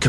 Que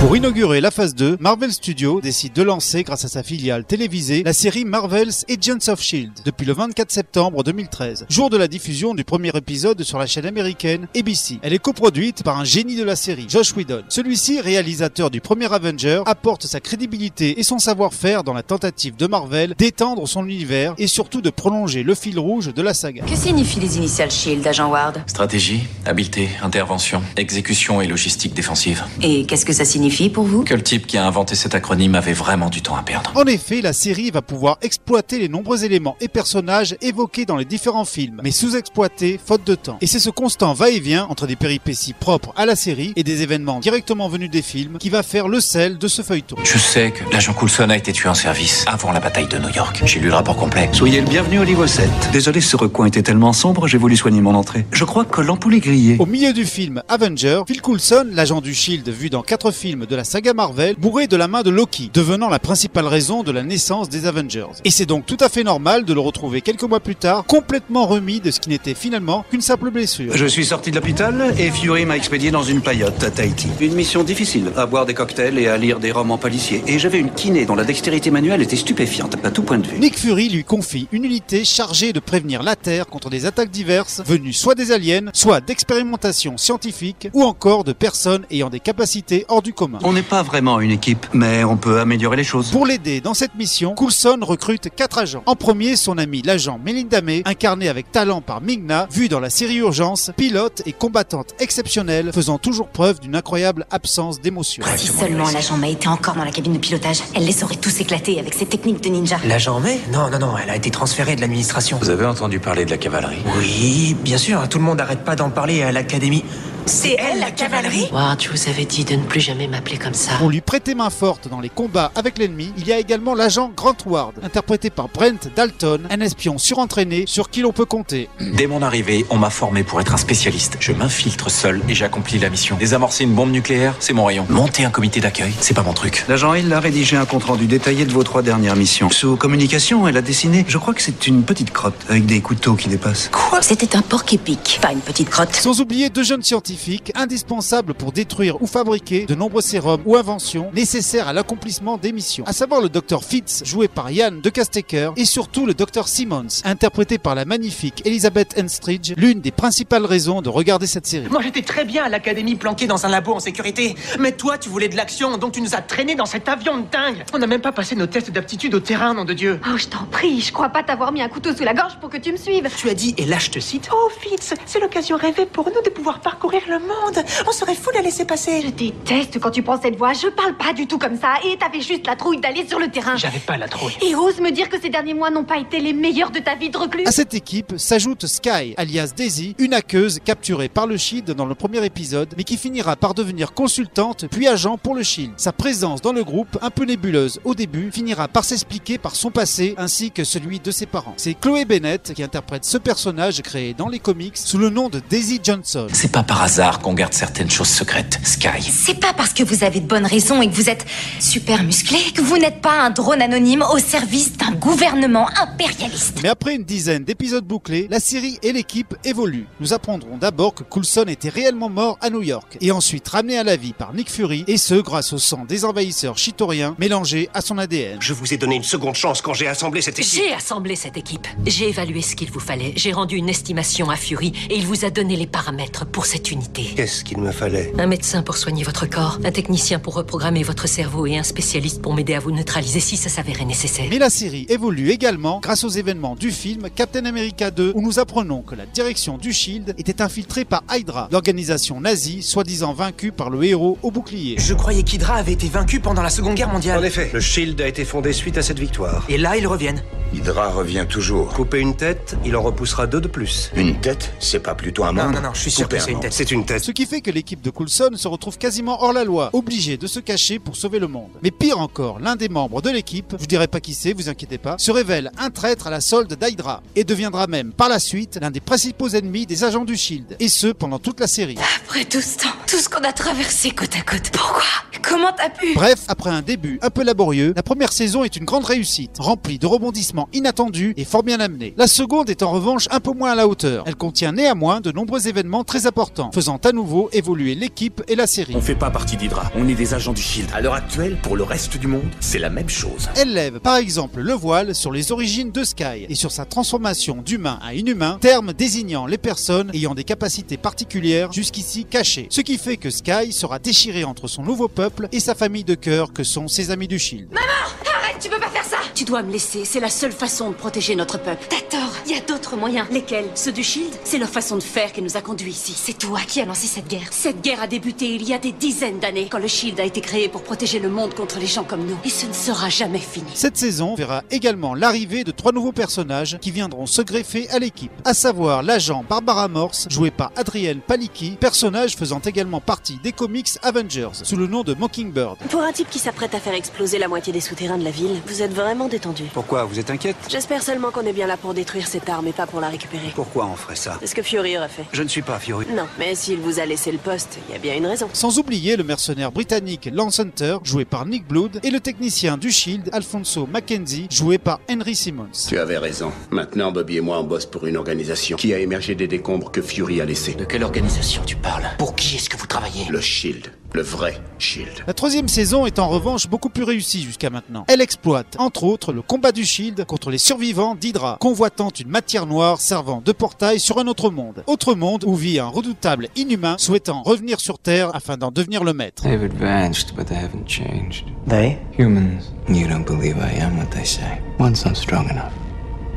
Pour inaugurer la phase 2, Marvel Studios décide de lancer, grâce à sa filiale télévisée, la série Marvel's Agents of Shield E depuis le 24 septembre 2013, jour de la diffusion du premier épisode sur la chaîne américaine ABC. Elle est coproduite par un génie de la série, Josh Whedon. Celui-ci, réalisateur du premier Avenger, apporte sa crédibilité et son savoir-faire dans la tentative de Marvel d'étendre son univers et surtout de prolonger le fil rouge de la saga. Que signifient les initiales Shield, agent Ward Stratégie, habileté, intervention, exécution et logistique défensive. Et qu'est-ce que ça signifie pour vous Que le type qui a inventé cet acronyme avait vraiment du temps à perdre. En effet, la série va pouvoir exploiter les nombreux éléments et personnages évoqués dans les différents films, mais sous-exploités faute de temps. Et c'est ce constant va-et-vient entre des péripéties propres à la série et des événements directement venus des films qui va faire le sel de ce feuilleton. Je sais que l'agent Coulson a été tué en service avant la bataille de New York. J'ai lu le rapport complet. Soyez le bienvenu au niveau 7. Désolé, ce recoin était tellement sombre, j'ai voulu soigner mon entrée. Je crois que l'ampoule est grillée. Au milieu du film Avenger, Phil Coulson, l'agent du Shield E vu dans quatre films de la saga Marvel, bourré de la main de Loki, devenant la principale raison de la naissance des Avengers. Et c'est donc tout à fait normal de le retrouver quelques mois plus tard, complètement remis de ce qui n'était finalement qu'une simple blessure. Je suis sorti de l'hôpital et Fury m'a expédié dans une paillote à Tahiti. Une mission difficile, à boire des cocktails et à lire des romans policiers. Et j'avais une kiné dont la dextérité manuelle était stupéfiante, à tout point de vue. Nick Fury lui confie une unité chargée de prévenir la Terre contre des attaques diverses venues soit des aliens, soit d'expérimentations scientifiques, ou encore de personnes ayant des capacités hors du commun. On n'est pas vraiment une équipe, mais on peut améliorer les choses. Pour l'aider dans cette mission, Coulson recrute quatre agents. En premier, son ami l'agent Melinda May, incarnée avec talent par Migna, vue dans la série Urgence, pilote et combattante exceptionnelle, faisant toujours preuve d'une incroyable absence d'émotion. Si seulement l'agent May était encore dans la cabine de pilotage, elle les aurait tous éclatés avec ses techniques de ninja. L'agent May Non, non, non, elle a été transférée de l'administration. Vous avez entendu parler de la cavalerie Oui, bien sûr, tout le monde n'arrête pas d'en parler à l'académie. C'est elle, la cavalerie Ward, je vous avais dit de ne plus jamais m'appeler comme ça. Pour lui prêter main forte dans les combats avec l'ennemi, il y a également l'agent Grant Ward, interprété par Brent Dalton, un espion surentraîné sur qui l'on peut compter. Dès mon arrivée, on m'a formé pour être un spécialiste. Je m'infiltre seul et j'accomplis la mission. Désamorcer une bombe nucléaire, c'est mon rayon. Monter un comité d'accueil, c'est pas mon truc. L'agent Hill a rédigé un compte-rendu détaillé de vos trois dernières missions. Sous communication, elle a dessiné, je crois que c'est une petite crotte, avec des couteaux qui dépassent. Quoi C'était un porc épique, pas une petite crotte. Sans oublier deux jeunes scientifiques indispensables pour détruire ou fabriquer de nombreux sérums ou inventions nécessaires à l'accomplissement des missions, à savoir le docteur Fitz, joué par Yann de Castecker, et surtout le docteur Simmons, interprété par la magnifique Elizabeth Enstridge, l'une des principales raisons de regarder cette série. Moi j'étais très bien à l'académie planqué dans un labo en sécurité. Mais toi tu voulais de l'action, donc tu nous as traînés dans cet avion de dingue. On n'a même pas passé nos tests d'aptitude au terrain, nom de Dieu. Oh, je t'en prie, je crois pas t'avoir mis un couteau sous la gorge pour que tu me suives. Tu as dit, et là je te cite, Oh, Fitz, c'est l'occasion rêvée pour nous de pouvoir parcourir le monde. On serait fou de la laisser Je passer. déteste quand tu prends cette voix, je parle pas du tout comme ça, et t'avais juste la trouille d'aller sur le terrain. j'avais pas la trouille. Et ose me dire que ces derniers mois n'ont pas été les meilleurs de ta vie de reclus. À cette équipe s'ajoute Sky, alias Daisy, une aqueuse capturée par le Shield dans le premier épisode, mais qui finira par devenir consultante puis agent pour le Shield. Sa présence dans le groupe, un peu nébuleuse au début, finira par s'expliquer par son passé ainsi que celui de ses parents. C'est Chloé Bennett qui interprète ce personnage créé dans les comics sous le nom de Daisy Johnson. C'est pas par hasard qu'on garde certaines choses secrètes. Sky. C'est pas parce que vous avez de bonnes raisons et que vous êtes super musclé que vous n'êtes pas un drone anonyme au service d'un gouvernement impérialiste. Mais après une dizaine d'épisodes bouclés, la série et l'équipe évoluent. Nous apprendrons d'abord que Coulson était réellement mort à New York, et ensuite ramené à la vie par Nick Fury, et ce grâce au sang des envahisseurs chitoriens mélangé à son ADN. Je vous ai donné une seconde chance quand j'ai assemblé cette équipe. J'ai assemblé cette équipe. J'ai évalué ce qu'il vous fallait. J'ai rendu une estimation à Fury et il vous a donné les paramètres pour cette humanité. Qu'est-ce qu'il me fallait Un médecin pour soigner votre corps, un technicien pour reprogrammer votre cerveau et un spécialiste pour m'aider à vous neutraliser si ça s'avérait nécessaire. Mais la série évolue également grâce aux événements du film Captain America 2 où nous apprenons que la direction du Shield était infiltrée par Hydra, l'organisation nazie soi-disant vaincue par le héros au bouclier. Je croyais qu'Hydra avait été vaincu pendant la Seconde Guerre mondiale. En effet, le Shield a été fondé suite à cette victoire. Et là, ils reviennent. Hydra revient toujours. Couper une tête, il en repoussera deux de plus. Une tête C'est pas plutôt un membre non, non, je suis sûr Couper que c'est un une membre. tête. C'est une tête. Ce qui fait que l'équipe de Coulson se retrouve quasiment hors la loi, obligée de se cacher pour sauver le monde. Mais pire encore, l'un des membres de l'équipe, je dirais pas qui c'est, vous inquiétez pas, se révèle un traître à la solde d'Hydra et deviendra même par la suite l'un des principaux ennemis des agents du Shield, E et ce pendant toute la série. Après tout ce temps, tout ce qu'on a traversé côte à côte, pourquoi Comment t'as pu Bref, après un début un peu laborieux, la première saison est une grande réussite, remplie de rebondissements inattendus et fort bien amenée. La seconde est en revanche un peu moins à la hauteur. Elle contient néanmoins de nombreux événements très importants, faisant à nouveau évoluer l'équipe et la série. On fait pas partie d'Hydra, on est des agents du Shield. À l'heure actuelle, pour le reste du monde, c'est la même chose. Elle lève par exemple le voile sur les origines de Sky et sur sa transformation d'humain à inhumain, terme désignant les personnes ayant des capacités particulières jusqu'ici cachées. Ce qui fait que Sky sera déchiré entre son nouveau peuple et sa famille de cœur que sont ses amis du Shield. Arrête, tu peux pas faire ça Tu dois me laisser, c'est la seule façon de protéger notre peuple. T'as tort, il y a d'autres moyens. Lesquels Ceux du Shield C'est leur façon de faire qui nous a conduits ici. C'est toi qui as lancé cette guerre. Cette guerre a débuté il y a des dizaines d'années, quand le Shield a été créé pour protéger le monde contre les gens comme nous. Et ce ne sera jamais fini. Cette saison verra également l'arrivée de trois nouveaux personnages qui viendront se greffer à l'équipe, à savoir l'agent Barbara Morse, jouée par Adrienne Palicki, personnage faisant également partie des comics Avengers, sous le nom de Mockingbird. Pour un type qui s'apprête à faire exploser la moitié des souterrains de la ville, vous êtes vraiment détendu. Pourquoi Vous êtes inquiète J'espère seulement qu'on est bien là pour détruire cette arme et pas pour la récupérer. Pourquoi on ferait ça C'est ce que Fury aurait fait. Je ne suis pas Fury. Non, mais s'il vous a laissé le poste, il y a bien une raison. Sans oublier le mercenaire britannique Lance Hunter, joué par Nick Blood, et le technicien du Shield, Alfonso Mackenzie, joué par Henry Simmons. Tu avais raison. Maintenant, Bobby et moi, on bosse pour une organisation qui a émergé des décombres que Fury a laissés. De quelle organisation tu parles Pour qui est-ce que vous travaillez Le Shield. Le vrai Shield. La troisième saison est en revanche beaucoup plus réussie jusqu'à maintenant. Elle exploite, entre autres, le combat du Shield contre les survivants d'Hydra, convoitant une matière noire servant de portail sur un autre monde. Autre monde où vit un redoutable inhumain souhaitant revenir sur Terre afin d'en devenir le maître. They've advanced, but they haven't changed. They? Humans. You don't believe I am what they say. Once I'm strong enough,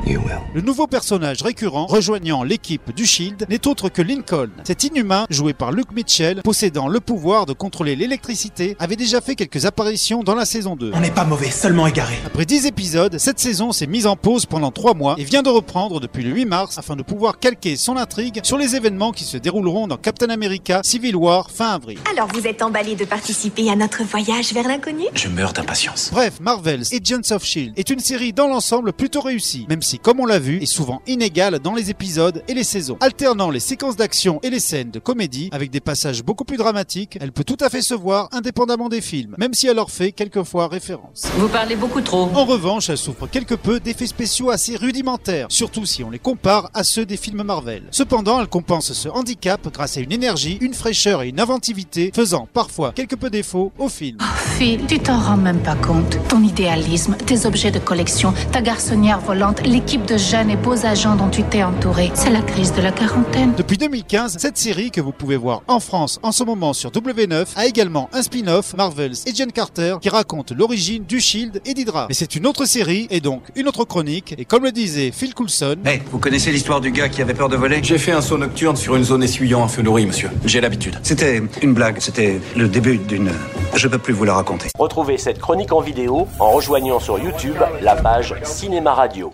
you will. Le nouveau personnage récurrent rejoignant l'équipe du Shield n'est autre que Lincoln. Cet inhumain, joué par Luke Mitchell, possédant le pouvoir de contrôler l'électricité, avait déjà fait quelques apparitions dans la saison 2. On n'est pas mauvais, seulement égaré. Après 10 épisodes, cette saison s'est mise en pause pendant 3 mois et vient de reprendre depuis le 8 mars afin de pouvoir calquer son intrigue sur les événements qui se dérouleront dans Captain America Civil War fin avril. Alors vous êtes emballé de participer à notre voyage vers l'inconnu Je meurs d'impatience. Bref, Marvel's Agents of Shield E est une série dans l'ensemble plutôt réussie, même si, comme on l'a vu, est souvent inégale dans les épisodes et les saisons. Alternant les séquences d'action et les scènes de comédie, avec des passages beaucoup plus dramatiques, elle peut tout à fait se voir indépendamment des films, même si elle leur fait quelquefois référence. Vous parlez beaucoup trop. En revanche, elle souffre quelque peu d'effets spéciaux assez rudimentaires, surtout si on les compare à ceux des films Marvel. Cependant, elle compense ce handicap grâce à une énergie, une fraîcheur et une inventivité, faisant parfois quelque peu défaut au film. Phil, tu t'en rends même pas compte. Ton idéalisme, tes objets de collection, ta garçonnière volante, l'équipe de jeunes et beaux agents dont tu t'es entouré, c'est la crise de la quarantaine. Depuis 2015, cette série que vous pouvez voir en France en ce moment sur W9 a également un spin-off, Marvel's Agent Carter, qui raconte l'origine du Shield et d'Hydra. Mais c'est une autre série et donc une autre chronique. Et comme le disait Phil Coulson, Eh, vous connaissez l'histoire du gars qui avait peur de voler J'ai fait un saut nocturne sur une zone essuyant un feu nourri, monsieur. J'ai l'habitude. C'était une blague, c'était le début d'une... Je peux plus vous la raconter. Retrouvez cette chronique en vidéo en rejoignant sur YouTube la page Cinéma Radio.